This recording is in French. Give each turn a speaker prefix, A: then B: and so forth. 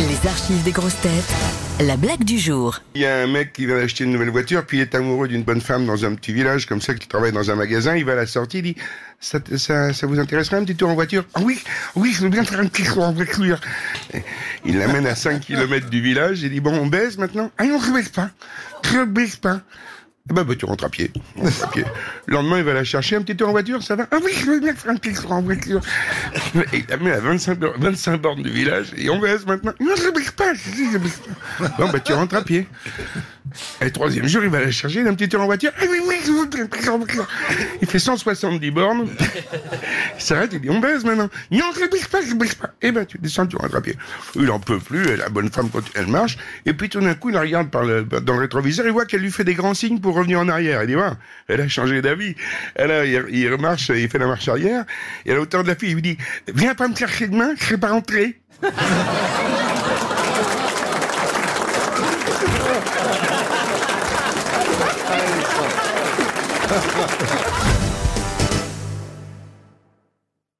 A: Les archives des grosses têtes, la blague du jour.
B: Il y a un mec qui vient d'acheter une nouvelle voiture, puis il est amoureux d'une bonne femme dans un petit village comme ça, qui travaille dans un magasin. Il va à la sortie, il dit ça, ça, ça vous intéresserait un petit tour en voiture Ah oui, oui, je veux bien faire un petit tour en voiture. Et Il l'amène à 5 km du village, il dit Bon, on baise maintenant Ah non, je baise pas, je baise pas. Ah bah, bah, tu rentres à pied. On rentre à pied. Le lendemain, il va la chercher, un petit tour en voiture, ça va Ah oui, je veux bien faire un petit tour en voiture. Et il la met à 25, bor- 25 bornes du village, et on baise maintenant. Non, je baise pas, je dis, je baise pas. Bon, bah, tu rentres à pied. Et le troisième jour, il va la chercher, il a un petit tour en voiture. Ah oui, oui, je vous prie, prie, prie. Il fait 170 bornes. Il s'arrête, il dit on baise maintenant. Non, je bouge pas, je bouge pas. Eh ben, tu descends, tu rentres à pied. Il en peut plus, et la bonne femme, quand elle marche. Et puis tout d'un coup, il la regarde par le- dans le rétroviseur, il voit qu'elle lui fait des grands signes pour revenir en arrière. Il dit, ouais, elle a changé d'avis. Elle a- il, il remarche, il fait la marche arrière. Et à la hauteur de la fille, il lui dit, viens pas me chercher demain, je serai pas rentré.